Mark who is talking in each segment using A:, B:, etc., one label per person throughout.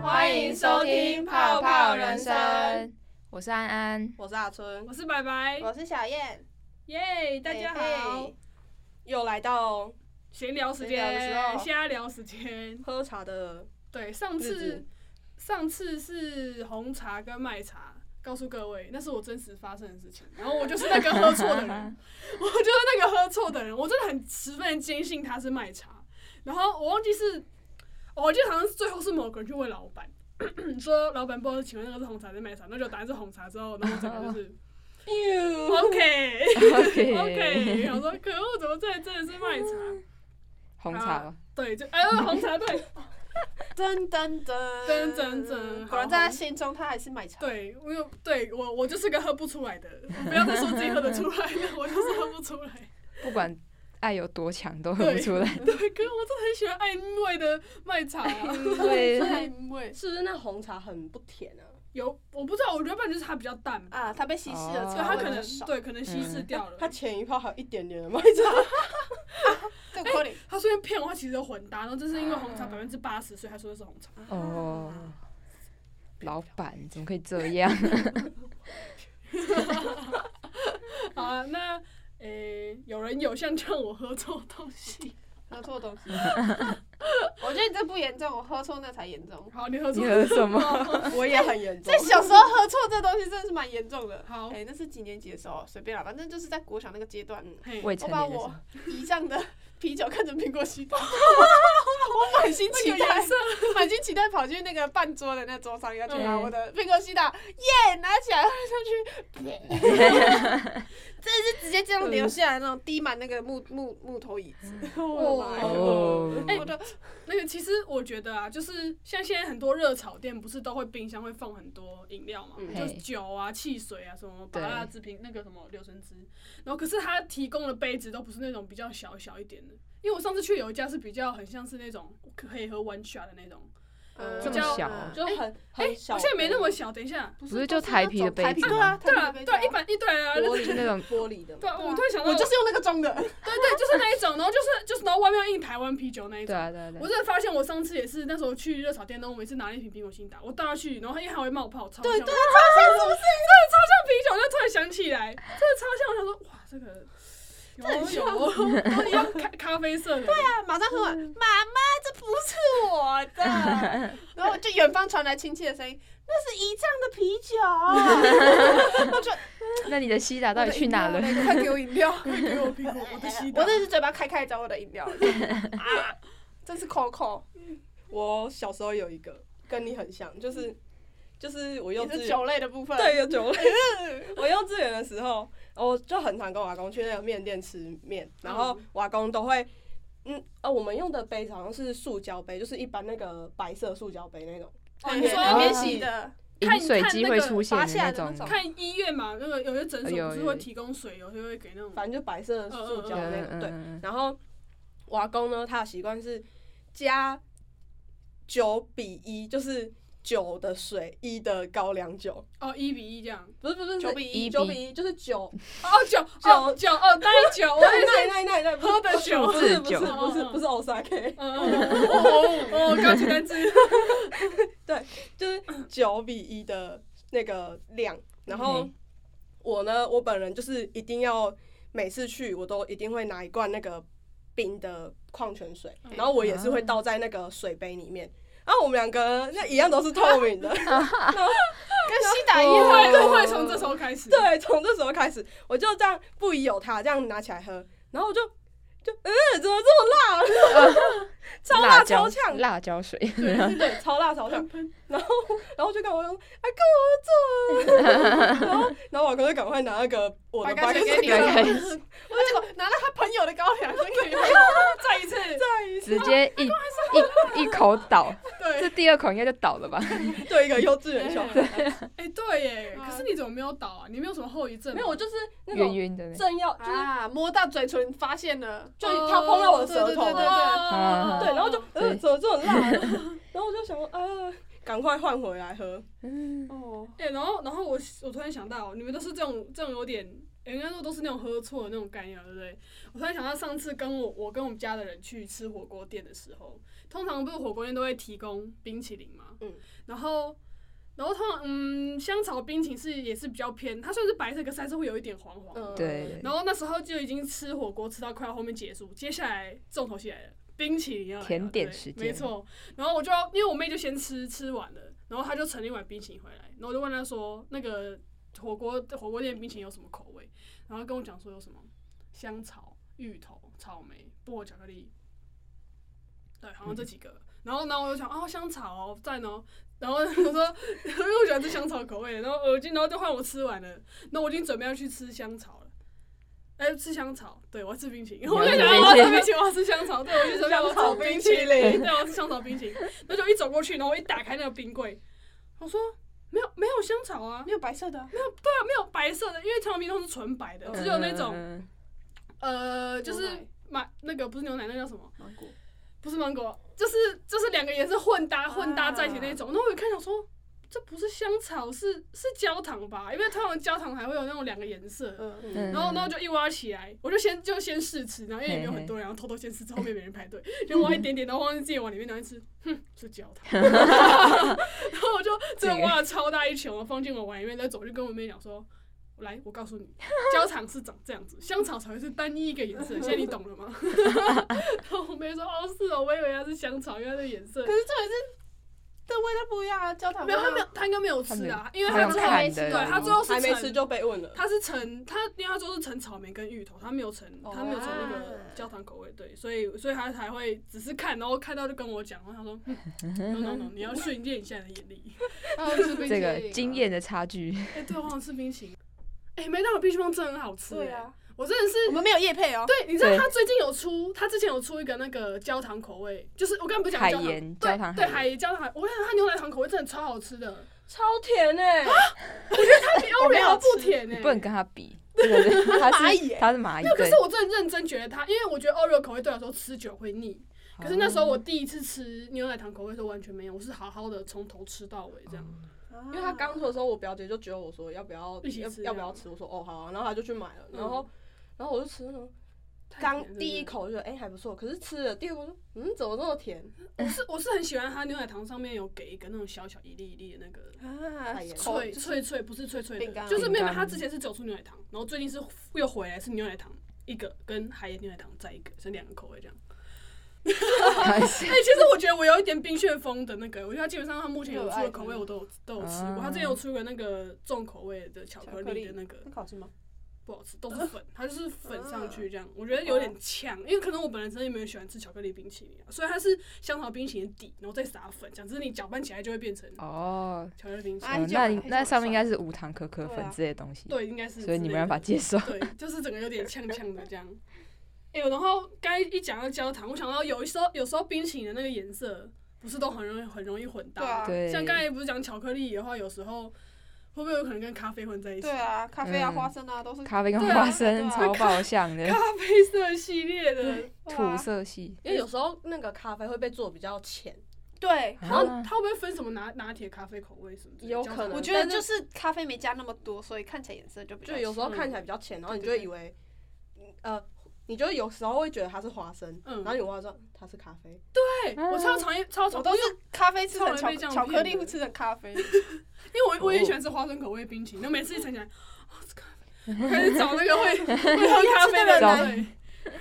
A: 欢迎收听《泡泡人生》，
B: 我是安安。
A: 我是阿春，
C: 我是白白，
D: 我是小燕，
C: 耶大家好
D: 嘿，，
A: 又来到
C: 闲聊时
A: 闲聊的时
C: 间，
A: 候
C: 瞎聊时间。
A: 喝茶的
C: 对，上
A: 日子
C: 次上次是红茶跟麦茶，告诉各位，那是我真实发生的事情。然后我就是那个喝错的 人，我就是那个喝错的人，我真的很十分坚信它是麦茶。然后我忘记是，我记得好像是最后是某个人去问老板， 说老板不好意思，请问那个是红茶还是麦茶？那就答案是红茶之后，然后我整个 就是 OK。
B: OK
C: OK，我说可恶，怎么这里真的是卖茶？
B: 红茶吧，
C: 对，就哎呦，红茶对
D: 噔噔噔
C: 噔噔噔
D: 嗯果然在他心中，他还是买茶。
C: 对，我有对我我就是个喝不出来的，不要再说自己喝得出来了，我就是喝不出来。
B: 不管爱有多强都喝不出来。
C: 对，可是我真的很喜欢爱因味的卖茶、啊
B: 对，
D: 味
A: 是不是那红茶很不甜啊？
C: 有我不知道，我觉得反正就是它比较淡吧，
D: 啊，他被稀释了
B: 哦
C: 对
D: 茶，
C: 它可
D: 味
C: 能
D: 就少。
C: 对可能稀
D: 嗯
C: 释掉了。
A: 它前一泡还有一 点点的麦茶，
D: 这个可能
C: 他虽然骗我，他其实有混搭，然后这是因为红茶百分之八十，所以他说的是红茶。
B: 哦，老板怎么可以这样？
C: 好啊，那诶、有人有像这样我喝错东西，
D: 喝错东西。我觉得你这不严重，我喝错那才严重。
C: 好，你喝错
B: 你喝什么？
A: 我也很严重
D: 在。小时候喝错这东西真的是蛮严重的。
C: 好
D: 哎、那是几年级的时候？随便啦，反正就是在国小那个阶段，
C: 嘿
B: 未
D: 我
B: 成
D: 把
B: 年的时
D: 我
B: 候，
D: 以上的啤酒看成苹果 西瓜，我满心期
C: 那个
D: 待
C: 颜，色
D: 满心期待跑去那个半桌的那桌上要去拿
B: 嗯
D: 我的苹果西打，耶，拿起来喝下 去，真的是直接这样流下来那种，滴满那个木木木头椅子，
B: 嗯
D: 我的妈呀！
B: 哦
C: 哎
D: 我的
C: 那个其实我觉得啊，就是像现在很多热炒店不是都会冰箱会放很多饮料嘛，
D: 嗯
C: 就是
B: 嘿
C: 酒啊、汽水啊、什么
B: 对
C: 白蜡制品那个什么柳橙汁，然后可是它提供的杯子都不是那种比较小小一点的，因为我上次去有一家是比较很像是那种可以喝 one shot 的那种，
D: 呃
B: 这
C: 么小
D: 嗯
A: 就很很小
C: 哎好
A: 杯，
C: 像没那么小，等一下，
D: 不
B: 不是就台啤的杯子
D: 对
B: 吗
D: 啊，？
C: 对
D: 台
C: 啊，
D: 啤
C: 对
D: 的杯子
C: 啊，
D: 啊
C: 一般一对啊，
A: 玻璃
B: 就那种
A: 玻璃的嘛，
C: 对啊，我突然想到，
D: 我就是用那个装的，
C: 对对，就是那一种，然后就是就是然后外面印台湾啤酒那一
B: 对
C: 种。
B: 啊对啊对
C: 我
B: 啊，
C: 真的发现，我上次也是那时候去热炒店，然后我每次拿了一瓶苹果西打，我倒下去，然后因为还会冒泡，超
D: 对
C: 香的
D: 对，
C: 真的超像啤酒，就突然想起来，真的超像。我想说，哇，这个有有，一样咖咖啡色的，对啊，
D: 马上喝完，
B: 嗯
D: 妈妈，这不是我的。然后就远方传来亲戚的声音，那是姨丈的啤 酒。啊
B: 那你的西打到底去哪了？？
D: 快给我饮料！
C: 快给我苹果，我的西打
D: 我。真是嘴巴开开找我的饮料。啊，真是 Coco，
A: 我小时候有一个跟你很像，就是就是我幼
D: 也
A: 稚
D: 是
A: 园
D: 酒类的部分。
A: 对，有酒类。 我幼稚园的时候，我就很常跟我阿公去那个面店吃面，然后我阿公都会，嗯，呃，我们用的杯子好像是塑胶杯，就是一般那个白色塑胶杯那种。
C: 哦，
D: 嘿，
C: 你
D: 里
C: 说
D: 面洗
A: 啊
D: 的，
C: 看
B: 饮水机会出现的那
D: 看那个拔下来的那
B: 种
D: 种，
C: 看医院嘛，那个有些诊所
B: 有
C: 不是
B: 有
C: 会提供水，有些会给那种。
A: 反正就白色塑胶那
B: 嗯
A: 个。
B: 嗯
A: 对。
B: 嗯，
A: 然后我阿公呢，他的习惯是加九比一，就是九的水，一的高粱酒。
C: 哦，一比一这样。
A: 不是不是
D: 九比
B: 一
A: 九比一就是酒。
C: 哦，酒哦酒哦，带酒，我
A: 那
C: 也是。
A: 那那那
C: 喝的酒
A: 不是不是
B: 数字
C: 酒
A: 不是不是 Osaka。
C: 嗯哦哦，高级单词。
A: 就是九比一的那个量。然后我呢，我本人就是一定要每次去，我都一定会拿一罐那个冰的矿泉水，
C: 嗯
A: 然后我也是
B: 啊
A: 会倒在那个水杯里面。然后我们两个那一样都是 透明的，
D: 跟西打一
B: 哦
C: 不
D: 样。
C: 会不会从这时候开始。
A: 对，从这时候开始，我就这样不疑有他，这样拿起来喝，然后我就就嗯，怎么这么辣？ 超辣
B: 呃辣椒
A: 超呛，
B: 辣椒水，
A: 对，超辣超呛。然后然后就跟我讲，哎，跟我做。啊 然后然后我哥就赶快拿那个我的
D: 白开
A: 白开
D: 水给
A: 水
D: 你
A: 给我
B: 对，开始
D: 我结果拿了他朋友的高粱，真可以喝。
C: 再一次，
B: 直接 一一一口倒，
C: 对
B: 这第二口应该就倒了 吧？
A: 对一个幼稚园小孩。
C: 哎对耶，
D: 啊
C: 可是你怎么没有倒啊？你没有什么后遗症吗？
A: 没有，我就是那
B: 晕
A: 种
B: 晕的那种，
A: 正要就是
D: 啊，摸到嘴唇发现了，
A: 就他碰到我的舌头
D: 对对对对对
C: 哦
A: 对，然后就
B: 对
A: 嗯，怎么这么辣？然后我就想说，呃，赶快换回来喝。
B: 嗯
C: 哦，哎、然后然后我我突然想到，你们都是这种这种有点，欸应该说都是那种喝错的那种概念，对不对？我突然想到上次跟我我跟我们家的人去吃火锅店的时候，通常不是火锅店都会提供冰淇淋嘛，
A: 嗯，
C: 然后。然后通常，嗯，香草冰淇淋是也是比较偏，它虽然是白色，可是还是会有一点黄黄的。
A: 嗯，
B: 对，
C: 然后那时候就已经吃火锅吃到快要后面结束，接下来重头戏来了，冰淇淋要来了
B: 甜点
C: 对
B: 时
C: 没
B: 间
C: 错。然后我就要因为我妹就先吃吃完了，然后她就盛了一碗冰淇淋回来，然后我就问她说那个火锅火锅店冰淇淋有什么口味，然后她跟我讲说有什么香草、芋头、草莓、薄荷巧克力，对，好像这几个。然后，然后我就想，哦，香草哦，赞哦。然后 我说，因为我喜欢吃香草口味的，然后我已经，然后就换我吃完了，那我已经准备要去吃香草了。哎，吃香草，对我要吃冰淇淋，我就想我要吃冰淇淋，我要吃香草，对我就准备我要吃冰淇淋，对我要吃香草冰淇淋。那就一走过去，然后我一打开那个冰柜，我说没有没有香草啊，
D: 没有白色的啊，
C: 对啊，没有白色的，因为香草冰都是纯白的，只有那种
B: 嗯
C: 呃，就
D: 牛
C: 是
D: 奶
C: 买那个不是牛奶，那叫什么？
D: 芒果。
C: 不是芒果，就是就是两个颜色混搭混搭在一起那种。然后我一看想说，这不是香草，是是焦糖吧？因为通常焦糖还会有那种两个颜色。
A: 嗯，
B: 嗯
C: 然后，然后就一挖起来，我就先就先试吃，然后因为也没有很多人，然后偷偷先试吃，后面没人排队，就挖一点点，然后忘记自己往里面拿一吃，哼，是焦 糖。然后我就真的挖了超大一球，然后放进我碗里面，再走，就跟我妹讲说。来，我告诉你，焦糖是长这样子，香草才会是单一一个颜色。现在你懂了吗？ 然后我妹说：“哦，是哦，我以为它是香草，原来是颜色
D: 可。是重点是，这味道不一样啊，焦”糖
C: 没有，
D: 味
C: 她
D: 道
C: 没有，她应该没有吃啊，因为
B: 还
C: 她
B: 有
C: 之后
B: 看
D: 对
B: 的，哦
C: 对他最后是
A: 还没
C: 成
A: 吃就被问了。
C: 它是盛，它因为它说是盛草莓跟芋头，它没有盛，它没有盛那个焦糖口味，对，所以所以他才会只是看，然后看到就跟我讲，我想说 嗯，no no no，你要训练一下你的眼力。
D: 啊我吃冰淇淋
B: 这个经。验的差距，
C: 哎、对，我好想吃冰淇淋。哎、麦当劳冰淇淋真的很好吃、哎，
D: 对啊，
C: 我真的是
D: 我们没有夜配哦。
C: 对，你知道
B: 对
C: 他最近有出，他之前有出一个那个焦糖口味，就是我刚刚不是讲
B: 海
C: 焦糖
B: 盐
C: 对
B: 焦糖
C: 对
B: 海
C: 海盐焦糖海，我跟你讲，他牛奶糖口味真的超好吃的，
A: 超甜哎、
C: 啊它比欧
D: 没
C: 蕾
D: 有
C: 还不
D: 吃
C: 甜呢、
B: 你不能跟他比，这个是他
D: 蚂 蚁
B: 是
D: 耶
B: 他是蚂蚁
C: 没有，，可
B: 对
C: 是，我真的认真觉得它，因为我觉得 Oreo 口味对我来说吃久会腻。可是那时候
B: 哦
C: 我第一次吃牛奶糖口味的时候完全没有，我是好好的从头吃到尾这样。
B: 哦
A: 因为他
D: 啊
A: 刚出的时候，我表姐就揪我说要不要
C: 一起
A: 要
C: 吃
A: 要不要吃，我说哦好、啊，然后他就去买了，
C: 嗯
A: 然后然后我就吃那种
C: 太甜
A: 刚
C: 了真的
A: 第一口就觉得哎、还不错，可是吃了第二口说嗯怎么这么甜
C: 我是我是很喜欢它牛奶糖上面有给一个那种小小一粒一粒的那个
D: 啊
A: 海盐
D: 口
C: 脆脆脆，不是脆脆
D: 饼
C: 的，
D: 干
C: 就是妹妹
B: 饼干
C: 她之前是走出牛奶糖，然后最近是又回来是牛奶糖一个跟海盐牛奶糖再一个，是两个口味这样。哎、其实我觉得我有一点冰旋风的那个，我觉得它基本上它目前有出的口味我都有都有吃过，它之前有出过那个重口味的巧克力的那个，
D: 那好吃吗？
C: 不好吃，都是粉，它就是粉上去这样，我觉得有点呛，因为可能我本来真的没有喜欢吃巧克力冰淇淋啊，所以它是香草冰淇淋底，然后再撒粉，讲只是你搅拌起来就会变成
B: 哦，
C: 巧克力冰淇淋，
D: 哎
B: 嗯
D: 就
B: 那
D: 很
B: 你
D: 还是
B: 那
D: 很
B: 上面应
D: 酸
B: 该是无糖可可
D: 对
B: 粉
D: 啊
B: 之类的东西，
C: 对，应该是，
B: 所以你没办法，接受。
C: 对，就是整个有点呛呛的这样。哎、然后刚才一讲到焦糖，我想到有一时候有时候冰淇淋的那个颜色不是都很容易很容易混搭吗，
D: 对
B: 对，
C: 像刚才不是讲巧克力的话，有时候会不会有可能跟咖啡混在一起？
D: 对啊， 咖啡啊、
B: 嗯
D: 花生啊都是
B: 咖啡跟
C: 对啊啊
B: 花生
D: 对
B: 超爆像的，
C: 咖啡色系列的，
D: 对
B: 土
D: 啊
B: 色系，
A: 因为有时候那个咖啡会被做比较浅，
D: 对，
C: 然后
B: 啊
C: 它会不会分什么拿拿铁咖啡口味什么之类的？
A: 有可能
D: 我
C: 焦
D: 觉得就是咖啡没加那么多，所以看起来颜色就比较
A: 就有时候看起来比较浅，然后你就会以为嗯呃。你就有时候会觉得它是花生，
C: 嗯
A: 然后你挖说它是咖 啡，
C: 糖对我超常超
D: 我
C: 常，
D: 都
C: 因
D: 是咖啡吃成
C: 超容易被这样
D: 巧巧克力，
C: 骗的
D: 会吃成咖啡。
C: 为我我也喜欢吃花生口味冰淇淋，然后每次一盛起来，哦，是咖啡，我开始找那个会会喝咖啡的
B: 找
C: 人。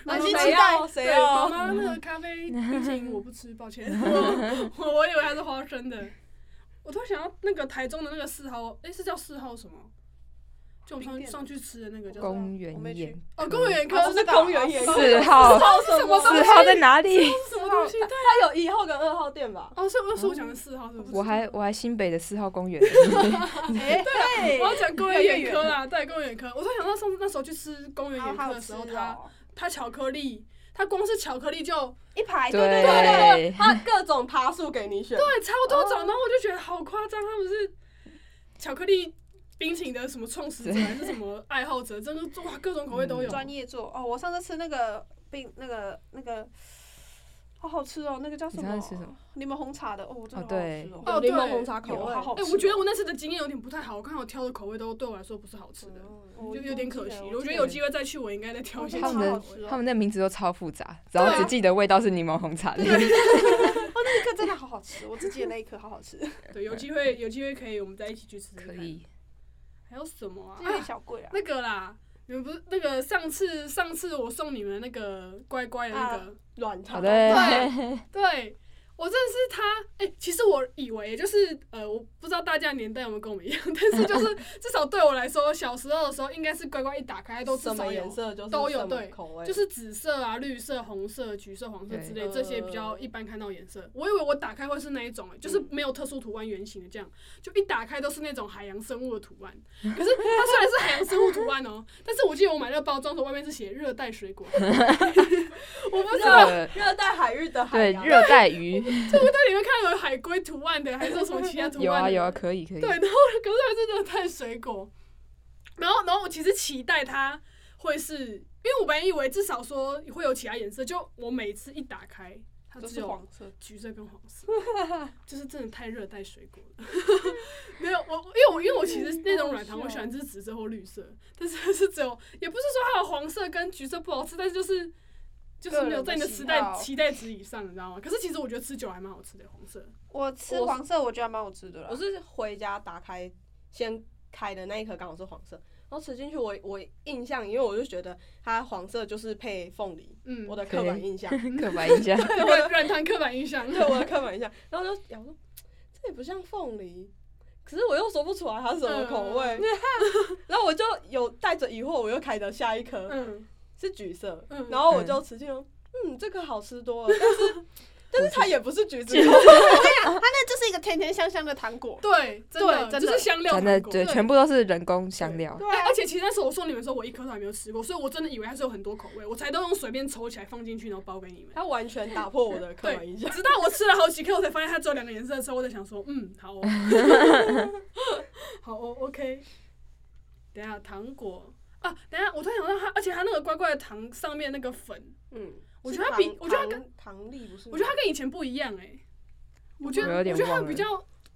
D: 满
A: 谁
D: 心期
A: 要
D: 待，
A: 谁
C: 对，妈
D: 哦
A: 哦要？
C: 妈那个咖啡冰淇淋我不吃，抱歉， 我我我以为它是花生的。我突然想到那个台中的那个四号，诶，是叫四号什么？就我们
D: 冰
C: 上
D: 店
C: 上去吃的那个叫什么
B: 公
D: 我没
B: 园
D: 去
B: 眼
C: 哦，公园科
D: 哦
C: 是
D: 是
C: 公
A: 啊
D: 公园
C: 园
D: 眼
C: 科
D: 科
B: 四号，
A: 什么
B: 四号在哪里？
C: 是什么东西？对，
D: 啊
A: 它有一号跟二号店吧？
C: 哦，是我是我讲的四号是不是？
B: 我还我还新北的四号公园，
D: 哎，对
C: 我要讲公
D: 越来越
C: 园眼科
D: 远
C: 啦，对公园眼科。我突然想到上次那时候去吃公园
D: 好
C: 眼科
D: 好
C: 的
D: 吃
C: 时候，它
D: 哦，
C: 它巧克力，它光是巧克力就
D: 一排哎对对对
B: 对，
D: 对，
A: 它各种爬树给你选，
C: 对超多种，然后我就觉得好夸张，他们是巧克力冰淇淋的什么创始者还是什么爱好者，真的是
D: 嗯
C: 哇各种口味都有。哦
D: 专业做哦。我上次吃那个冰那个那个
A: 好好吃哦，那个叫什
B: 你
A: 么？
B: 上次吃什么？
D: 柠檬红茶的哦，真的
B: 哦
D: 好好
B: 对
D: 吃哦，
C: 哦
A: 有柠檬
C: 对
A: 红茶口
D: 有
A: 味，
D: 好好
C: 哎、我觉得我那次的经验有点不太好，我看我挑的口味都对我来说不是好吃的，
A: 哦
D: 我
C: 就有点可惜。我
D: 我
C: 觉得有机会再去，我应该再挑一些其
D: 哦
B: 他
C: 口
B: 们
D: 好
B: 的
C: 味
D: 吃哦
B: 他们的名字都超复杂，然后只记得味道是柠檬红茶的。
D: 哦，那一颗真的好好吃，我只记得那一颗好好吃，
C: 对，有机会有机会可以，我们再一起去吃吃看。
B: 可。以，
C: 还有什么啊？
D: 有点
C: 啊
D: 小贵啊。
C: 那个啦，你们不是那个上次上次我送你们那个乖乖的那
A: 啊
C: 个，
A: 软糖。
B: 好的，
C: 对对。我真的是他，哎、其实我以为就是呃，我不知道大家年代有没有跟我们一样，但是就是 至少对我来说，小时候的时候应该是乖乖一打开都至
A: 什
C: 少
A: 么
C: 有
A: 颜色就是
C: 都有
A: 什么
C: 对
A: 口味，
C: 就是紫色啊、绿色、红色、橘色、黄色之类
A: 对
C: 这些比较
B: 呃
C: 一般看到颜色。我以为我打开会是那一种、欸
B: 嗯
C: 就是没有特殊图案、圆形的这样，就一打开都是那种海洋生物的图案。可是它虽然是海洋生物图案哦、但是我记得我买那个包装的时候，外面是写热带水 果， 我不知道
B: 热
A: 热带海域的海
B: 对
A: 洋。
B: 热带鱼
C: 在里面看到有海龟图案的，还是有什么其他图案的
B: 有啊有啊，可以可以
C: 对，。然后可是还是热带水果，然后然后我其实期待它会是，因为我本来以为至少说会有其他颜色，就我每次一打开，它
D: 就
C: 只
D: 是
C: 有
D: 黄色，
C: 橘色跟黄 色，就是真的太热带水果了。 没有我，因为我因为我其实那种软糖我喜欢吃紫色或绿色，但是它是只有，也不是说它的黄色跟橘色不好吃，但是就是。就是没有在你的期
D: 个人
C: 待
D: 的喜好
C: 期待值以上，你知道吗？可是其实我觉得吃久了还蛮好吃的，黄色。
D: 我吃黄色我觉得还蛮好吃的啦
A: 我。是回家打开先开的那一颗刚好是黄色，然后吃进去我我印象，因为我就觉得它黄色就是配凤梨，
C: 嗯，
A: 我的刻板印象，
B: 刻板印 象，
C: 软软糖刻板印象。
A: 对我的刻板印象，然后我就想说这也不像凤梨。可是我又说不出来它是什么口味，
C: 嗯
A: 然后我就有带着疑惑，我又开的下一颗、
C: 嗯，
A: 是橘色，
C: 嗯
A: 然后我就吃进去，嗯，这个好吃多了，但是 但是它也不是橘子口味，
D: 它那就是一个甜甜香香的糖果，
C: 对，真的
D: 对真的
C: 就是香料
B: 真的
C: 糖果。
B: 对，全部都是人工香料。
D: 对
C: 哎而且其实那时候我送你们的时候，我一颗都还没有吃过，所以我真的以为它是有很多口味，我才都用随便抽起来放进去，然后包给你们。
A: 它完全打破我的刻板印象。
C: 直到我吃了好几颗，我才发现它只有两个颜色的时候，我在想说，嗯，好 哦， 好哦，OK。等一下糖果啊，等一下，我突然想到它，而且它那个乖乖的糖上面那个粉，
A: 嗯，
C: 我
A: 是
C: 觉得它
A: 糖
C: 比我觉得它
A: 糖糖粒不是吗，
C: 我觉得它跟以前不一样哎、我觉得
B: 我
C: 我
B: 有点
C: 觉得它
B: 忘了
C: 比较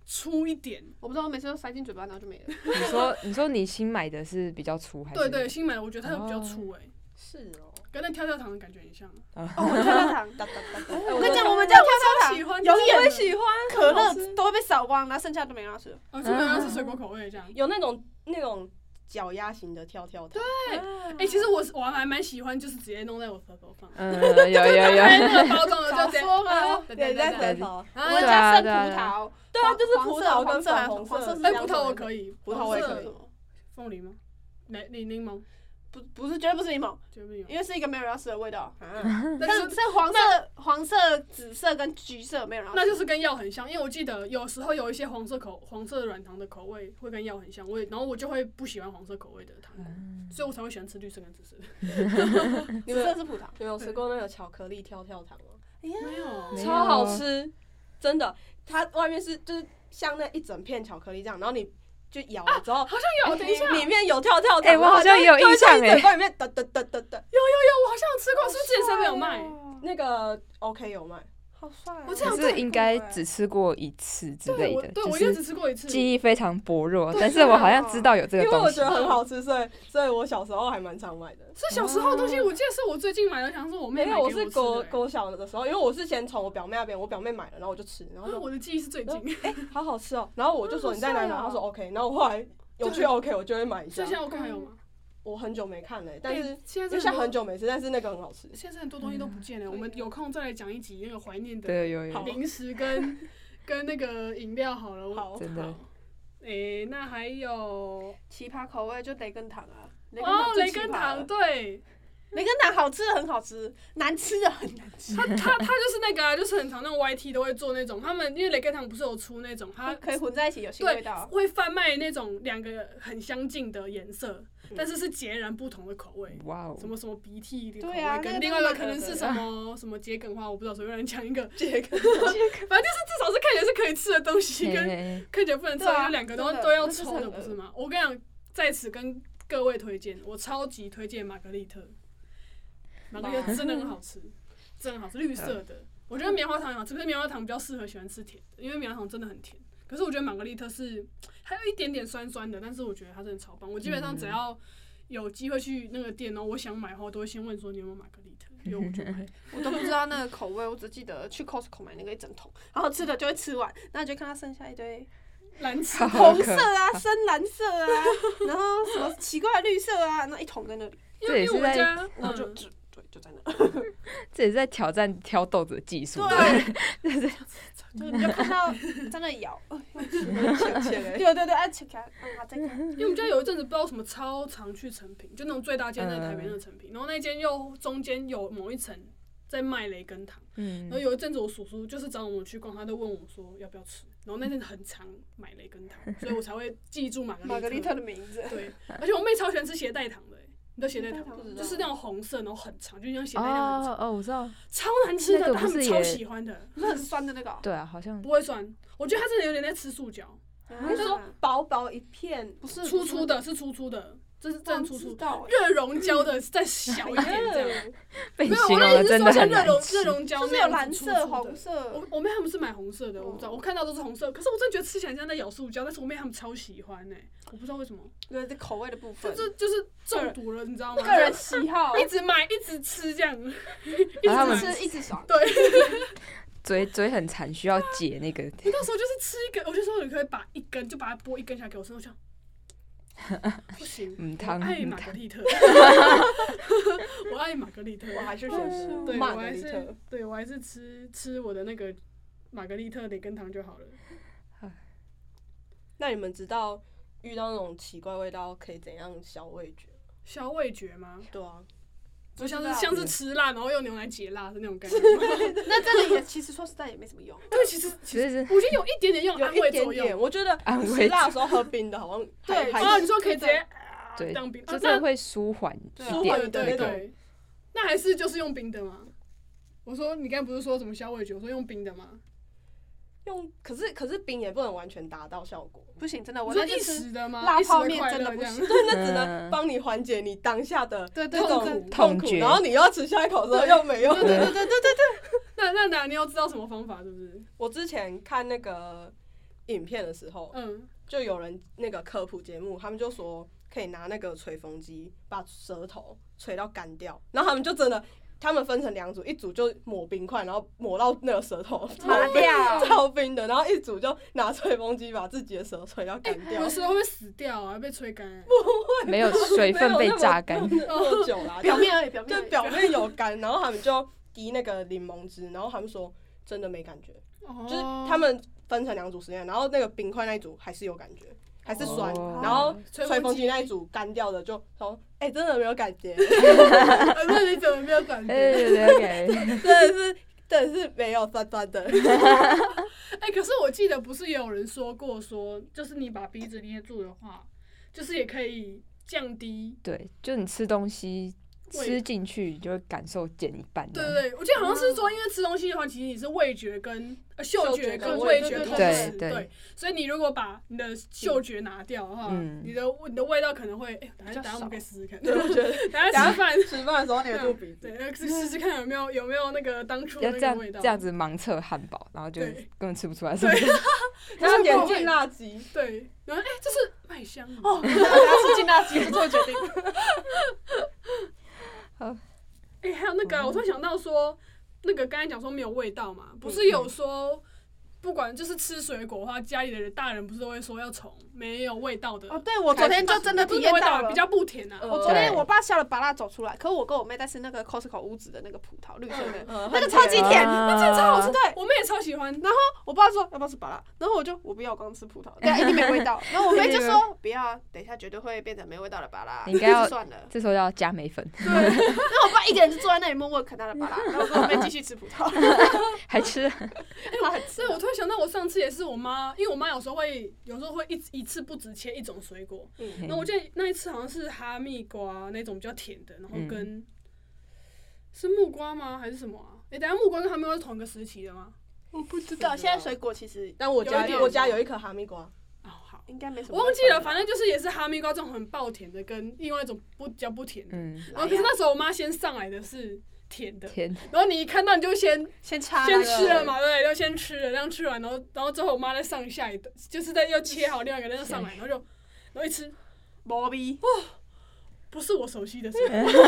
C: 粗一点，
D: 我不知道，我每次都塞进嘴巴，然后就没了。
B: 你说你说你新买的是比较粗还是？哦
C: 对对，新买的我觉得它比较粗哎、
A: 是哦。
C: 跟那跳跳糖的感觉很像。
D: 哦，我跳跳糖，
A: 哒哒哒
C: 哎
A: 哒
D: 我
A: 我
D: 跟你讲，我们家
C: 家
D: 跳
C: 超
D: 跳
C: 喜
D: 糖
C: 欢，
A: 永远
C: 会
A: 会喜欢
D: 可
A: 很好
D: 乐
A: 吃
D: 都会被扫光，然后剩下都没人要吃了。
C: 哦，基本上是水果口味这样。
A: 有那种那种脚丫型的跳跳糖，
C: 哎、其实我是我还蛮喜欢，就是直接弄在我舌头放，
B: 嗯，有 有有，
C: 哎那个包装的就直接
D: 早说
A: 啊
D: 嘛
C: 对对对对
B: 对
A: 头。
D: 我
C: 啊
D: 们
B: 对
D: 家
B: 啊
D: 剩葡
B: 对啊
D: 萄，
A: 对啊，
D: 黄
A: 就是葡萄跟粉
D: 黄
A: 红
D: 色黄色
A: 色。
D: 是
C: 哎，
D: 这样
C: 葡萄我可以，
A: 葡萄我也
C: 黄色
A: 可以
D: 什么
C: 凤梨吗？奶柠柠檬，
D: 不不是绝对不是柠檬，
C: 绝对有。
D: 因为是一个没有人要吃的味道。
A: 啊
C: 但
D: 但
C: 是
D: 是黄色、黄色、紫色跟橘色没有人要吃。
C: 那就是跟药很像，因为我记得有时候有一些黄色口黄色的软糖的口味会跟药很像，我也然后我就会不喜欢黄色口味的糖果，所以我才会喜欢吃绿色跟紫色的。
A: 你
D: 紫
A: 们
D: 色是葡萄。
A: 你们有吃过那个巧克力跳跳糖啊吗？
C: 没有，
B: 没有
A: 超好吃，啊真的。它外面是就是像那一整片巧克力这样，然后你就咬了之后，
C: 好像有，等一下，
A: 里面有跳跳糖。
B: 哎我好像
A: 然后
B: 也有
A: 就
B: 印象
A: 就会在你
B: 哎
A: 嘴巴里面哒哒哒哒哒。
C: 我好像有吃过，是不是健身没有卖？
A: 那个 OK 有卖，
D: 哦好帅哦！
C: 我这样
B: 可是应该只吃过一次之类
C: 我
B: 的，
C: 对
B: 就
C: 我应该
B: 是
C: 只吃过一次。
B: 记忆非常薄弱，
C: 对
B: 但是我好像知道有这
A: 因
B: 个
A: 为我
B: 东
A: 觉
B: 西
A: 得。很好吃，所以所以我小时候还蛮常买的。
C: 这小时候的东西，我记得是我最近买的，想说我妹
A: 没
C: 买
A: 有，
C: 给我
A: 我
C: 吃的欸
A: 是国国小的时候，因为我是先从我表妹那边，我表妹买了，然后我就吃，然后
C: 啊
A: 说
C: 我的 记忆是最近，
A: 好好吃哦，然后我就说你在哪里买，
D: 啊好
A: 她
D: 帅哦
A: 说 OK，然后我后来有去 OK，我就会买一
C: 所
A: 下
C: 以现。在我看还有
D: 嗯
C: 吗？
A: 我很久没看了，欸但是
C: 哎现
A: 因
C: 在
A: 为现在
C: 真的
A: 很久没吃，但是那个很好吃。
C: 现在很多东西都不见了。我们有空再来讲一集那个怀念的
B: 对，有有
A: 好
B: 有，
C: 零食跟跟那个饮料好了。我
A: 好，
B: 真的。
C: 诶，那还有
D: 奇葩口味就雷根糖啊，雷根
C: 哦
D: 糖，最
C: 雷
D: 奇葩了
C: 根糖，对，
D: 雷根糖好吃的很好吃，难吃的很难吃。
C: 它它它就是那个啊，就是很常那种 YT 都会做那种，他们因为雷根糖不是有出那种，它
D: 哦可以混在一起，有新味
C: 啊对
D: 道。
C: 会贩卖那种两个很相近的颜色，但是是截然不同的口味。
B: 哇哦
C: 什，么什么鼻涕的口
D: 对
C: 味，
D: 啊那
C: 跟
D: 个
C: 另外一个
D: 真的
C: 可能
D: 可
C: 是
D: 得
C: 什么什么桔梗花，我不知道，随便人讲一个，
A: 这个
C: 反正就是至少是看起来是可以吃的东西，
B: 嘿
C: 跟
B: 嘿
C: 看起来不能吃，
D: 对啊
C: 就两个都
D: 真的
C: 都要
D: 那就是
C: 抽的，
D: 很
C: 不
D: 恶
C: 是吗？我跟你讲，在此跟各位推荐，我超级 推荐玛格丽特，玛格丽特真的很好吃，真的很好吃，绿色的，我觉得棉花糖也好吃，可是棉花糖比较适合喜欢吃甜的，因为棉花糖真的很甜。可是我觉得玛格丽特是还有一点点酸酸的，但是我觉得它真的超棒。我基本上只要有机会去那个店，然后我想买的话，我都会先问说你有没有玛格丽特，有我就买。
D: 我都不知道那个口味，我只记得去 Costco 买那个一整桶，然后吃的就会吃完，然后就看它剩下 一堆
C: 蓝色
B: 好
D: 红
B: 可
D: 色啊、深蓝色啊，然后什么奇怪的绿色啊，那一桶在那里，
C: 因
B: 这
C: 为
B: 也
C: 因
B: 是
C: 为我们
B: 在
C: 家
D: 然后就
C: 嗯
D: 就对，就在那。
B: 这也是在挑战挑豆子的技术。
D: 对，就是你就看到在那里摇，
A: 切切
C: 哎
A: 嘞，
D: 对对对，啊，切开，啊，再 看，
C: 因为我们家有一阵子不知道为什么超常去成品，就那种最大间在台
B: 嗯
C: 北那个成品，然后那间又中间有某一层在卖雷根糖，
B: 嗯
C: 然后，有一阵子我叔叔就是找我们去逛，他都问我说要不要吃，然后那阵子很常买雷根糖，所以我才会记住玛格丽
D: 玛格丽特
C: 特。
D: 的名字，
C: 对，而且我妹超喜欢吃鞋带糖的、欸，你知道鞋带糖吗
D: 不知道
C: 就是那种红色，然后很长，就像鞋带那样很长，
B: 哦哦，我知道，
C: 超难吃
B: 那
C: 的，
B: 个
C: 但他
B: 不
C: 们
B: 是
C: 超
B: 也
C: 喜欢的，
D: 不是很酸的那个哦，
B: 对啊，好像
C: 不会酸。我觉得它真的有点在吃塑胶，
D: 我跟你说
A: 薄薄一片，
D: 不是
C: 粗粗，的，是粗粗的，这是真的粗粗。
D: 到
C: 热熔胶
B: 嗯
C: 的再小一点这 样。
B: 被你
C: 没有，
B: 形
C: 我
B: 容
C: 的意
B: 的
C: 思
B: 真
C: 是
B: 的
C: 说像热
B: 很难
C: 熔
B: 吃啊
C: 热。熔胶
D: 就
C: 那
D: 是
C: 样
D: 有
C: 子
D: 蓝
C: 粗粗
D: 色、
C: 的
D: 红。色
C: 我，我妹他们是买红色的，我不知道，
D: 哦
C: 我看到都是红色，可是我真的觉得吃起来像在咬塑胶，但是我妹他们超喜欢呢、我不知道为什么，
D: 对，这口味的部
C: 这
D: 分，
C: 这就是中毒了，你知道吗？
D: 个人喜 好，
C: 一直买，一直吃 这样，一
B: 然后他
C: 直
B: 们
C: 吃。
D: 吃一直爽，
B: 嘴嘴很馋，需要解那个。
C: 我那时候就是吃一根，我就说你可以把一根就把它剥一根下来给我吃，我想不行，
B: 嗯，
C: 我
B: 汤
C: 爱
B: 嗯
C: 玛格
B: 汤，
C: 丽特，我爱玛格丽特，
A: 我还是想吃
C: 对，我
A: 玛格
C: 还
A: 丽
C: 是
A: 特，
C: 对我还是吃吃我的那个玛格丽特雷根糖就好了。
A: 那你们知道遇到那种奇怪味道可以怎样消味觉？
C: 消味觉吗？
A: 对啊，
C: 就像
D: 不知
C: 是
D: 道
C: 像是 吃辣，然后用牛奶解辣的那种感觉。
D: 那这个也其实说实在也没什么用，
C: 对，其实
B: 其 实是
C: 我觉得有一点点用
A: 有
C: 安
A: 一
C: 慰
A: 点
C: 作
A: 点，
C: 用。
A: 我觉得
B: 安慰
A: 吃辣的时候喝冰的，好像还
D: 对
A: 还
C: 哦，你说可以直接
B: 对
C: 当冰，
B: 就
C: 啊
B: 是
C: 那
B: 会舒缓
D: 对
B: 一
A: 舒
B: 点
A: 缓
C: 对
A: 的
C: 对
A: 那种。
C: 对，那还是就是用冰的吗？我说你刚才不是说什么消味觉？我说用冰的吗？
A: 用，可是可是冰也不能完全达到效果，
D: 不行，真的，
C: 我
D: 哦我
C: 说
D: 那
C: 一
D: 天吃
C: 时的吗？
D: 辣
C: 一时
D: 泡面
C: 快
D: 真的
C: 乐
D: 不
C: 这样
D: 行
A: 对， 那只能
B: 嗯
A: 帮你缓解你当下的
D: 对对
A: 那
D: 对
B: 痛
A: 种痛苦，
B: 觉
A: 然后你要吃下一口的时候又没有。
C: 对
B: 对
C: 对对对对对。那那哪你要知道什么方法是不是？
A: 我之前看那个影片的时候，
C: 嗯，
A: 就有人那个科普节目，他们就说可以拿那个吹风机把舌头吹到干掉，然后他们就真的，他们分成两组，一组就抹冰块，然后抹到那个舌头
D: 麻掉，
A: 超冰的，然后一组就拿吹风机把自己的舌吹到干掉
C: 有。时候会死掉啊，被吹干啊。
B: 没有水分被榨干，
A: 多久啦？
D: 表面而已，表面
A: 就
D: 而已
A: 表面有干，然后他们就滴那个柠檬汁，然后他们说真的没感觉，
C: 哦
A: 就是他们分成两组实验，然后那个冰块那一组还是有感觉，还是酸，
B: 哦
A: 然
D: 啊
A: 后
C: 吹
A: 吹风
C: 风
A: 机
C: 机
A: 那一组干掉的就说，哎、真的没有感 觉，
C: 啊那你怎么没有感觉？
B: 哎，对对对，
A: 真的是真的是没有酸酸的，
C: 哎、可是我记得不是也有人说过说，就是你把鼻子捏住的话，就是也可以降低。
B: 对，就你吃东西
C: 味
B: 吃进去，你就会感受减一半这
C: 对
B: 样。
C: 对对，我记得好像是说，因为吃东西的话，其实你是味觉跟、呃、嗅
A: 嗅
C: 觉
A: 觉
C: 跟
A: 跟
C: 味
A: 味
C: 觉
A: 觉
C: 同
A: 对
C: 时，
B: 对
C: 所以你如果把你的嗅觉拿掉的话，
B: 嗯
C: 你的你的味道可能会，哎、等下
D: 比较
C: 等下我们
D: 少
C: 可以试试看，
A: 对，我觉得
C: 等下吃饭。
A: 吃饭的时候你会 吐鼻子，
C: 对，呃试试看有没有有没有那个当初
B: 要
C: 那
B: 这
C: 个
B: 样
C: 味道，
B: 这样子盲测汉堡，然后就
C: 对
B: 根本吃不出来什
C: 对
B: 么。
A: 然后点进辣鸡，
C: 对，然后哎、这是麦香
D: 哦，大家吃进大吉，做决 定。
C: 哎、还有那
D: 嗯
C: 个啊、我突然想到说，那个刚才讲说没有味道嘛，不是有说，不管就是吃水果的话，家里的人大人不是都会说要从没有味道的，
D: 哦，对，我昨天就真的
C: 不
D: 体
C: 是没有
D: 验
C: 味
D: 到
C: 道
D: 了，哦
C: 的，比较不甜啊。
A: 呃
D: 我昨天
B: 对
D: 我爸削了芭辣走出来，可我跟我妹在吃那个 Costco 屋子的那个葡萄绿色的，
A: 呃，
D: 那个
A: 很
D: 超级
A: 甜
D: 甜，
B: 啊
D: 那真的超好吃。对，
C: 我们也超喜欢，
D: 我爸说要不要吃芭辣，然后我就我不要，我刚吃葡萄，对，啊一定没味道。然后我妹就说不要啊，等一下绝对会变成没味道的芭辣，
B: 你应该要
D: 就算了。
B: 这时候要加眉粉，
C: 对，
D: 然后我爸一个人就坐在那里默默啃他的芭辣，然后我跟我妹继续吃葡 萄，
B: 还吃
D: 他很吃
C: 所 以。我突然想到，我上次也是我妈，因为我妈有时候会，有时候会一一次不止切一种水果，
A: 嗯
C: 然后我记得那一次好像是哈密瓜那种比较甜的，然后跟、是木瓜吗？还是什么啊？哎、等一下木瓜跟哈密瓜是同一个时期的吗？
D: 我不知道，啊现在水果其实
A: 但我
C: 有
A: 家
C: 一点
A: 我家有一颗哈密瓜，
C: 哦，好。
D: 应该没什么。
C: 我忘记了，反正就是也是哈密瓜这种很爆甜的，跟另外一种不比较不甜的。
B: 嗯，
C: 然后可是那时候我妈先上来的是甜的，
B: 天，
C: 然后你一看到你就先
D: 先插
C: 先吃了嘛，对不对？要先吃了，这样吃完，然后然后之后我妈再上下一顿，就是在又切好另外一个，再上来，然后就然后一吃，
D: 毛逼，
C: 不是我熟悉的 味道，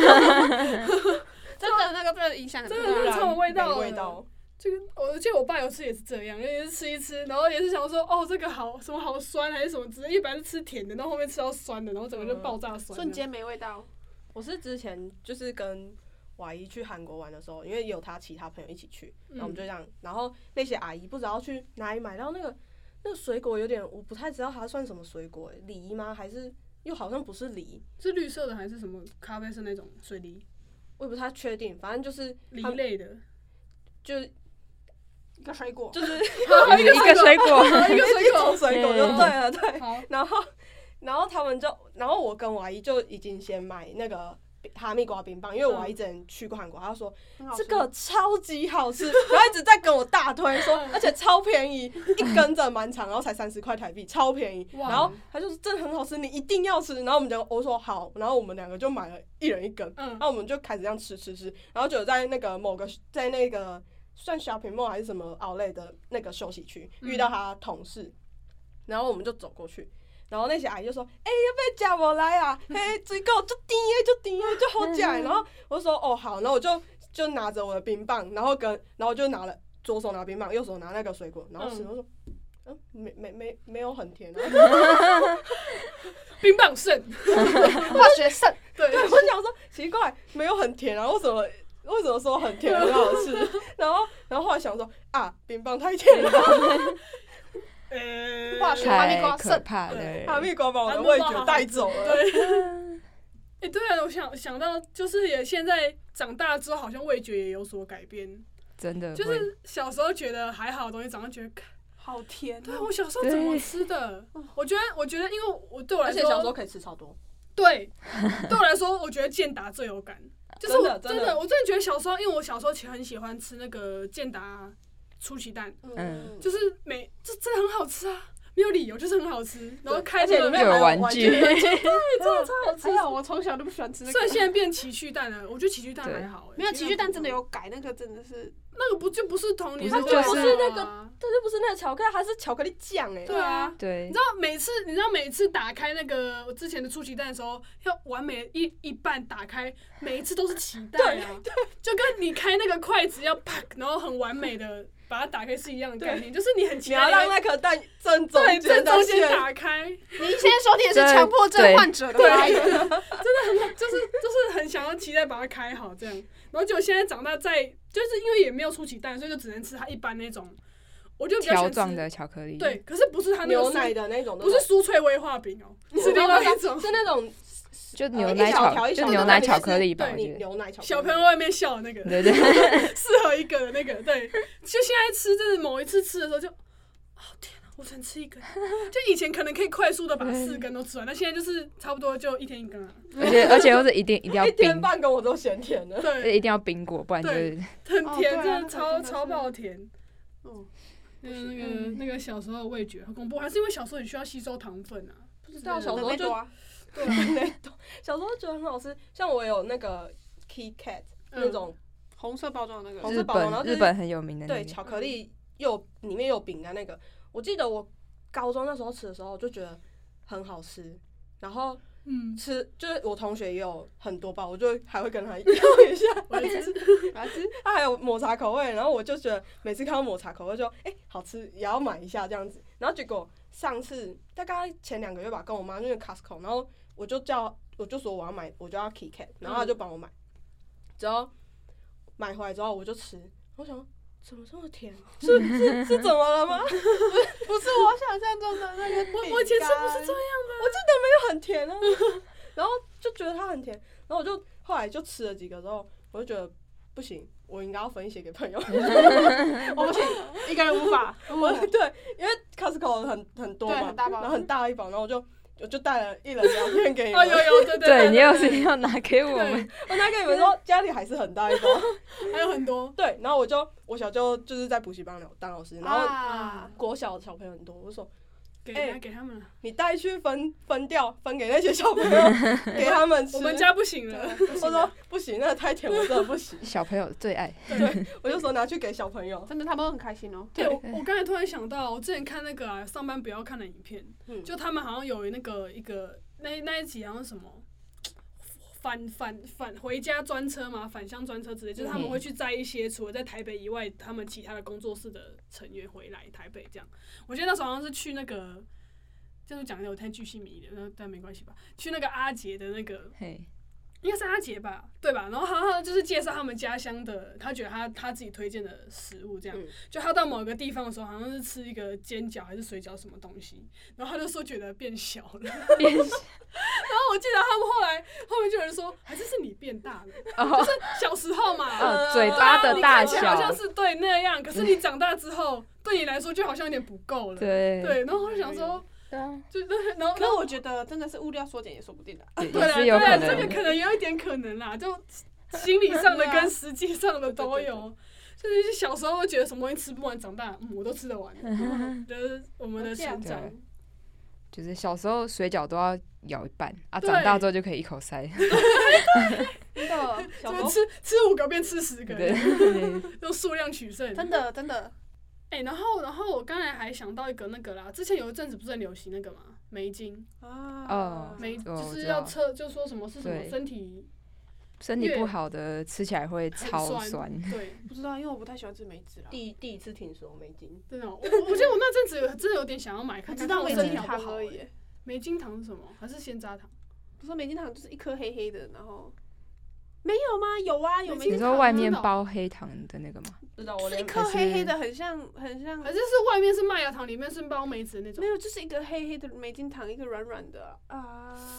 D: 真的那个被影响很
C: 真
A: 啊
C: 的是
D: 大。
C: 超有味道
A: 没
C: 的
A: 味道，
C: 这个我记得我爸有次也是这样，也是吃一吃，然后也是想说哦这个好什么好酸还是什么之类，一般是吃甜的，到后面吃到酸的，然后整
A: 嗯
C: 个就爆炸酸，
D: 瞬间没味道，
A: 我是之前就是跟瓦姨去韩国玩的时候，因为有她其他朋友一起去，然后我们就这样，然后那些阿姨不知道去哪里买到那个那个水果，有点我不太知道它算什么水果、欸，梨吗？还是又好像不是梨，
C: 是绿色的还是什么咖啡色那种水梨
A: 我也不太确定，反正就是
C: 梨
A: 他们
C: 类的，
A: 就
D: 一个水果，
A: 就是
C: 好
B: 一个水果，
C: 一个水
A: 种
C: 果，
A: 水果就
B: 嗯
A: 对了，对。
C: 好，
A: 然后，然后他们就，然后我跟我阿姨就已经先买那个哈密瓜冰棒，因为我阿姨之前去过韩国，她说
D: 很好
A: 这
D: 吃
A: 个超级好吃， 然后一直在跟我大推说，
D: 嗯
A: 而且超便宜，一根整满场，然后才三十块台币，超便宜。
C: 哇
A: 然后她就说真的很好吃，你一定要吃。然后我们就我说好，然后我们两个就买了一人一根，
C: 嗯
A: 然，后我们就开始这样吃吃吃，然后就有在那个某个在那个算 shopping mall 还是什么 outlet 的那个休息区
C: 嗯
A: 遇到他同事，然后我们就走过去。然后那些阿姨就说：“哎、要不要加我 来啊？嘿，这个就甜诶，就甜诶，就好假。”然后我就说：“哦，好。”然后我就就拿着我的冰棒，然后跟然后就拿了左手拿冰棒，右手拿那个水果，然后
C: 嗯
A: 始终说：“嗯，没没没没有很甜啊。”
C: 冰棒 肾，
D: 化学肾，
C: 对，
A: 对，我想说奇怪，没有很甜啊，为什么为什么说很甜很好吃？ 然后然后后来想说啊，冰棒太甜了，
C: 呃
D: 化 学
B: 太可怕
C: 对
A: 哈
B: 了。
A: 密瓜把我的味觉带走了。
C: 对，哎、对啊，我想想到就是也现在长大之后，好像味觉也有所改变。
B: 真的
C: 就
B: 会
C: 是小时候觉得还好的东西，长大觉得，
D: 好甜
C: 对啊我小时候怎么吃的？我觉得，我觉得，因为我对我来
A: 哦而且小时候
C: 说，
A: 可以吃超多，
C: 对对我来说，我觉得健达最有感。就是我
A: 真的真的
C: 我真的觉得小时候，因为我小时候其实很喜欢吃那个健达出奇蛋，
B: 嗯
C: 就是每这真的很好吃啊，没有理由，就是很好吃。然后开
A: 而且
C: 着
A: 里面
B: 有
A: 还
B: 玩具
A: 具，
D: 真的超好
A: 哎
D: 吃。还哎好我从小都不喜欢吃那
C: 虽然
D: 个，
C: 现在变奇趣蛋了，我觉得奇趣蛋
B: 对
C: 还好、欸。
D: 没有奇趣蛋真的有改，那个真的是
C: 那个不就不是童年的
B: 不是
C: 味道啊，
B: 就是
A: 那个这就不是那个巧克力，它是巧克力酱哎、
C: 对啊。
B: 对
C: 你知，道每次，你知道每次打开那个我之前的出奇蛋的时候，要完美一一半打开，每一次都是期待啊，就跟你开那个筷子要啪，然后很完美的把它打开是一样的概念，就是你很期
A: 你要
C: 待
A: 让
C: 你会
A: 那颗蛋正中
C: 对
A: 间
C: 正
A: 的
C: 中间
A: 线，
C: 打开，
D: 你现在说你也是强迫症患者的发言，
C: 就是 就是很想要期待把它开好这样，然后结果现在长大在，就是因为也没有出奇蛋，所以就只能吃它一般那种，我就比较
B: 条
C: 喜欢
B: 状
C: 吃
B: 的巧克力，
C: 对，，可是不是它那个
A: 牛
C: 酥
A: 奶的那种，
C: 不是酥脆威化饼哦，
A: 对不
C: 是
A: 对
C: 另外一种。
A: 是那种
B: 就
A: 呃
B: 牛
A: 一
B: 奶
A: 小
B: 巧
A: 条，一小
B: 就
A: 条
B: 牛奶巧克力吧，
A: 对
B: 我
A: 你
B: 觉得。
A: 牛奶巧克力，
C: 小朋友外面笑的那个，
B: 对对，
C: 适合一个的那个，对，就现在吃，就是某一次吃的时候就，哦天哪，我只能吃 一根，就以前可能可以快速的把四根都吃完，那现在就是差不多就一天一根了，
B: 而且而且又是一定一定要
A: 一天
B: 冰，
A: 半跟我都嫌甜了。
B: 而
C: 对，
B: 且一定要冰过，不然就是
C: 很
D: 哦对
C: 甜，
D: 啊
C: 真的
D: 那
C: 超
D: 个真的是
C: 超爆甜。
D: 嗯
C: 那个那个
B: 嗯
C: 那个小时候的味觉很恐怖，还是因为小时候很需要吸收糖分啊？
A: 不知道
D: 小
A: 小时
D: 时
A: 候
D: 候
A: 就啊
D: 就
A: 那种，小时候觉得很好吃，像我有那个 Kit Kat
C: 嗯
A: 那种，
D: 红色包装的那
A: 红
D: 个，
A: 色
B: 日
A: 宝然后
B: 本
A: 就是
B: 日本很有名的那
A: 对，
B: 个，
A: 巧克力又里面有饼干那个，我记得我高中那时候吃的时候就觉得很好吃，然后
C: 嗯，
A: 吃就是我同学也有很多包，我就还会跟他要一下，
C: 我也是，
D: 然后是
A: 他还有抹茶口味，然后我就觉得每次看到抹茶口味就哎、好吃，也要买一下这样子，然后结果上次大概前两个月吧，跟我妈去 Costco，然后我就叫我就说我要买，我就要 Kit Kat，
C: 嗯
A: 然后他就帮我买，之后买回来之后我就吃，我想说怎么这么甜，是是是怎么了吗？
D: 不是我想象中的那个？
C: 我我以前吃不是这样，
A: 很甜啊，然后就觉得它很甜，然后我就后来就吃了几个之后，我就觉得不行，我应该要分一些给朋友。
D: 我不行，一个人 无法。
A: 我对，因为 Costco 很很多
D: 对
A: 嘛
D: 很大，包
A: 然后很大一包，然后我就我就带了一人两片给你
C: 哦
A: 们，
C: 有有 对
B: 对你又
C: 有
B: 是要拿给我们，
A: 我拿给你们说家里还是很大一包。
C: 还有很多，
A: 对，然后我就我小舅就是在补习班当老师，然后
D: 啊，
A: 国小的小朋友很多，我就说
C: 给
A: 哎
C: 给他们了，
A: 你带去分分掉，分给那些小朋友，给他们吃。
C: 我们家不行了，
A: 我说不行，那个太甜，我真的 不行。
B: 小朋友的最爱，
A: 我就说拿去给小朋友。
D: 真的他们都很开心哦。
C: 对，我我刚才突然想到，我之前看那个、啊、上班不要看的影片，
A: 嗯
C: 就他们好像有那个一个那那一集好像什么。返返返回家专车嘛，返乡专车之类，就是他们
B: 嗯
C: 会去载一些除了在台北以外，他们其他的工作室的成员回来台北这样。我记得那时候好像是去那个，就是讲的我太巨细迷的，那但没关系吧。去那个阿杰的那个
B: 嘿，
C: 应该是阿杰吧，对吧？然后好像就是介绍他们家乡的，他觉得他他自己推荐的食物这样。
A: 嗯
C: 就他到某一个地方的时候，好像是吃一个煎饺还是水饺什么东西，然后他就说觉得变小了。 然后
B: 变
C: 我记得他们后来后面就有人说，还是是你变大了，
B: 哦，
C: 小时候嘛。啊
B: 哦嘴巴的大
C: 你看起来好
B: 小
C: 像，是对那样，可是你长大之后，对你来说就好像有点不够了。
B: 对
C: 对，然后我就想说，
B: 对啊，
C: 就然后
D: 可是我觉得真的是物料缩减也说不定的。
B: 也
C: 对
B: 也
C: 啦，
B: 是
C: 对
B: 有
C: 啦，
B: 可
C: 这个
B: 能，
C: 可能有一点可能啦，就心理上的跟实际上的都
B: 啊
C: 有。就是小时候会觉得什么东西吃不完，长大嗯我都吃得完， 就是我们的
B: 哦
C: 成长。
B: 就是小时候水饺都要咬一半啊，
C: 对
B: 长大之后就可以一口塞，
A: 真的，小
C: 就是
A: 时候
C: 吃吃五个变吃十个，
B: 啊哦对，
C: 用数量取胜。
D: 真的真的，
C: 哎、然后然后我刚才还想到一个那个啦，之前有一阵子不是很流行那个嘛，梅精，
B: 哦
C: 梅
B: 哦
C: 就
B: 我
C: 是
B: 知
C: 要
B: 道
C: 测，就说什么是什么
B: 对
C: 身体
B: 身体不好的吃起来会
C: 很
B: 超
C: 酸
B: 酸，，
C: 对，
D: 不知道，因为我不太喜欢吃梅子啦。
A: 第第一次听说梅精，
C: 真的哦，我我觉得我那阵子有真的有点想要买
D: 我
C: 看
D: 知
C: 看，
D: 道
C: 我
D: 梅
C: 身
D: 精
C: 体好
D: 糖
C: 不好
D: 而
C: 欸
D: 已，欸
C: 梅精糖是什么？还是鲜榨糖？
D: 不是梅精糖就是一颗黑黑的，然后没有吗？有啊，有梅
B: 你
D: 精
B: 说
D: 糖，
B: 外面包黑糖的那个吗？
A: 不知道我
D: 就是一
A: 连
D: 颗黑黑的，很像很像
C: 还，是是外面是麦芽糖，里面是包梅子的那种
D: 没？有，就是一个黑黑的梅精糖，一个软软的啊。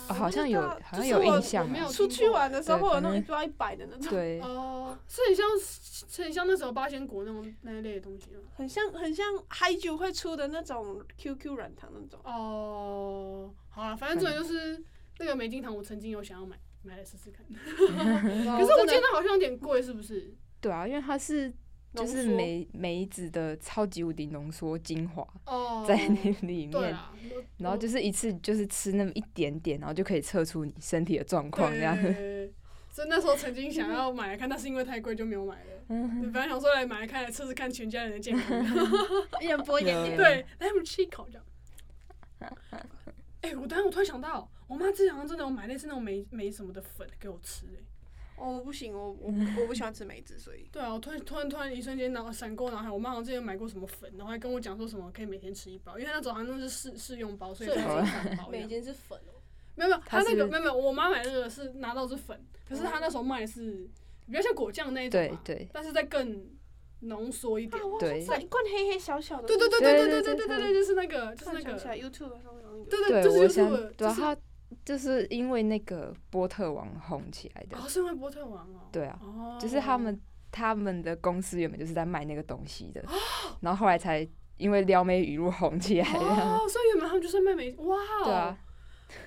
B: 哦好像有，好像
D: 就是我
B: 有印象
C: 我没有
B: 啊，
D: 出去玩的时候
B: 对
D: 会有那
B: 反
D: 种
B: 正
D: 一包一百的那种，
B: 对，
C: 哦，是很像是很像那时候八仙果那种那一类的东西吗？
D: 很像很像嗨酒会出的那种 QQ 软糖那种。
C: 哦，好了，反正这个就是那个梅精糖，我曾经有想要买。买来试试看，
B: 哦
C: 可
D: 可
C: 是我记得好像有点贵，是不是？
B: 对啊，因为它是就是梅梅子的超级无敌浓缩精华
C: 哦，
B: 在那里
C: 对啊
B: 面，
C: 啦，
B: 然后就是一次就是吃那么一点点，然后就可以测出你身体的状况这样。
C: 对，所以那时候曾经想要买来 看，但是因为太贵就没有买了。
B: 嗯
C: 本来想说来买来看，来测试看全家人的健康。
D: 一人剥一点点，
B: 有
C: 对，来我们吃一口这样。哎、我当然我突然想到，我妈之前好像真的有买类似那种梅梅什么的粉给我吃、哎，
D: 哦，我不行，我我不我不喜欢吃梅子，所以
C: 对啊，我突然突然突然一瞬间脑闪过脑海，我妈好像之前买过什么粉，然后还跟我讲说什么可以每天吃一包，因为那时候好像是试试用包，所以
A: 是
C: 才
A: 吗
C: 三包这
A: 梅
C: 样。
A: 精是粉哦，
C: 没有没有，她嗯
B: 它
C: 那个
B: 是
C: 没有没有，我妈买那个是拿到是粉，可是她那时候卖的是比较像果酱那一种
B: 对
C: 嘛，
B: 对
C: 但是再更浓缩一点
D: 啊，。我
B: 对
D: 想一罐黑黑小小的，
C: 对对对
B: 对
C: 对对
B: 对
C: 对
B: 对
C: 对对，就是那个就是
D: 突然
C: 那
D: 想
C: 个
D: 起，来 YouTube 上面好像有。
C: 对对，
B: 对，我
C: 就是
B: 想
C: YouTube，，
B: 对
C: 就
B: 啊，
C: 是
B: 它就是因为那个波特王红起来的
C: 哦，，是因为波特王哦。
B: 对啊，
C: 哦，
B: 就是他们他们的公司原本就是在卖那个东西的，然后后来才因为撩妹语录红起来的。
C: 哦哦，所以原本他们就是卖美哇哦，
B: 对啊，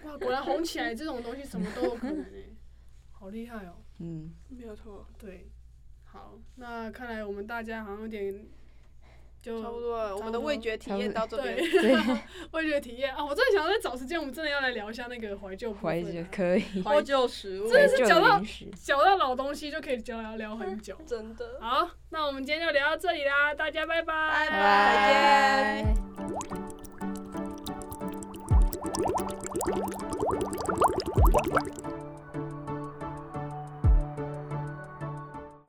C: 哇，果然红起来这种东西什么都有可能 哎，好厉害哦。
B: 嗯，
D: 没有错，
C: 对，好，那看来我们大家好像有点就
D: 差不多了。我们
C: 嗯差不
D: 的
C: 多
D: 味觉体验到这边，
C: 对，
B: 对，
C: 味觉体验啊， 我真的想要再找时间，我们真的要来聊一下那个怀旧部分
B: 怀
C: 啊、
B: 旧可以，
A: 怀旧食物
C: 真，的是
B: 怀旧
C: 讲到
B: 零食，
C: 嚼到老东西就可以聊聊聊很久。
A: 真的。
C: 好，那我们今天就聊到这里啦，大家拜拜。
B: 拜
D: 拜拜，再
C: 哎
D: 见。
B: 拜。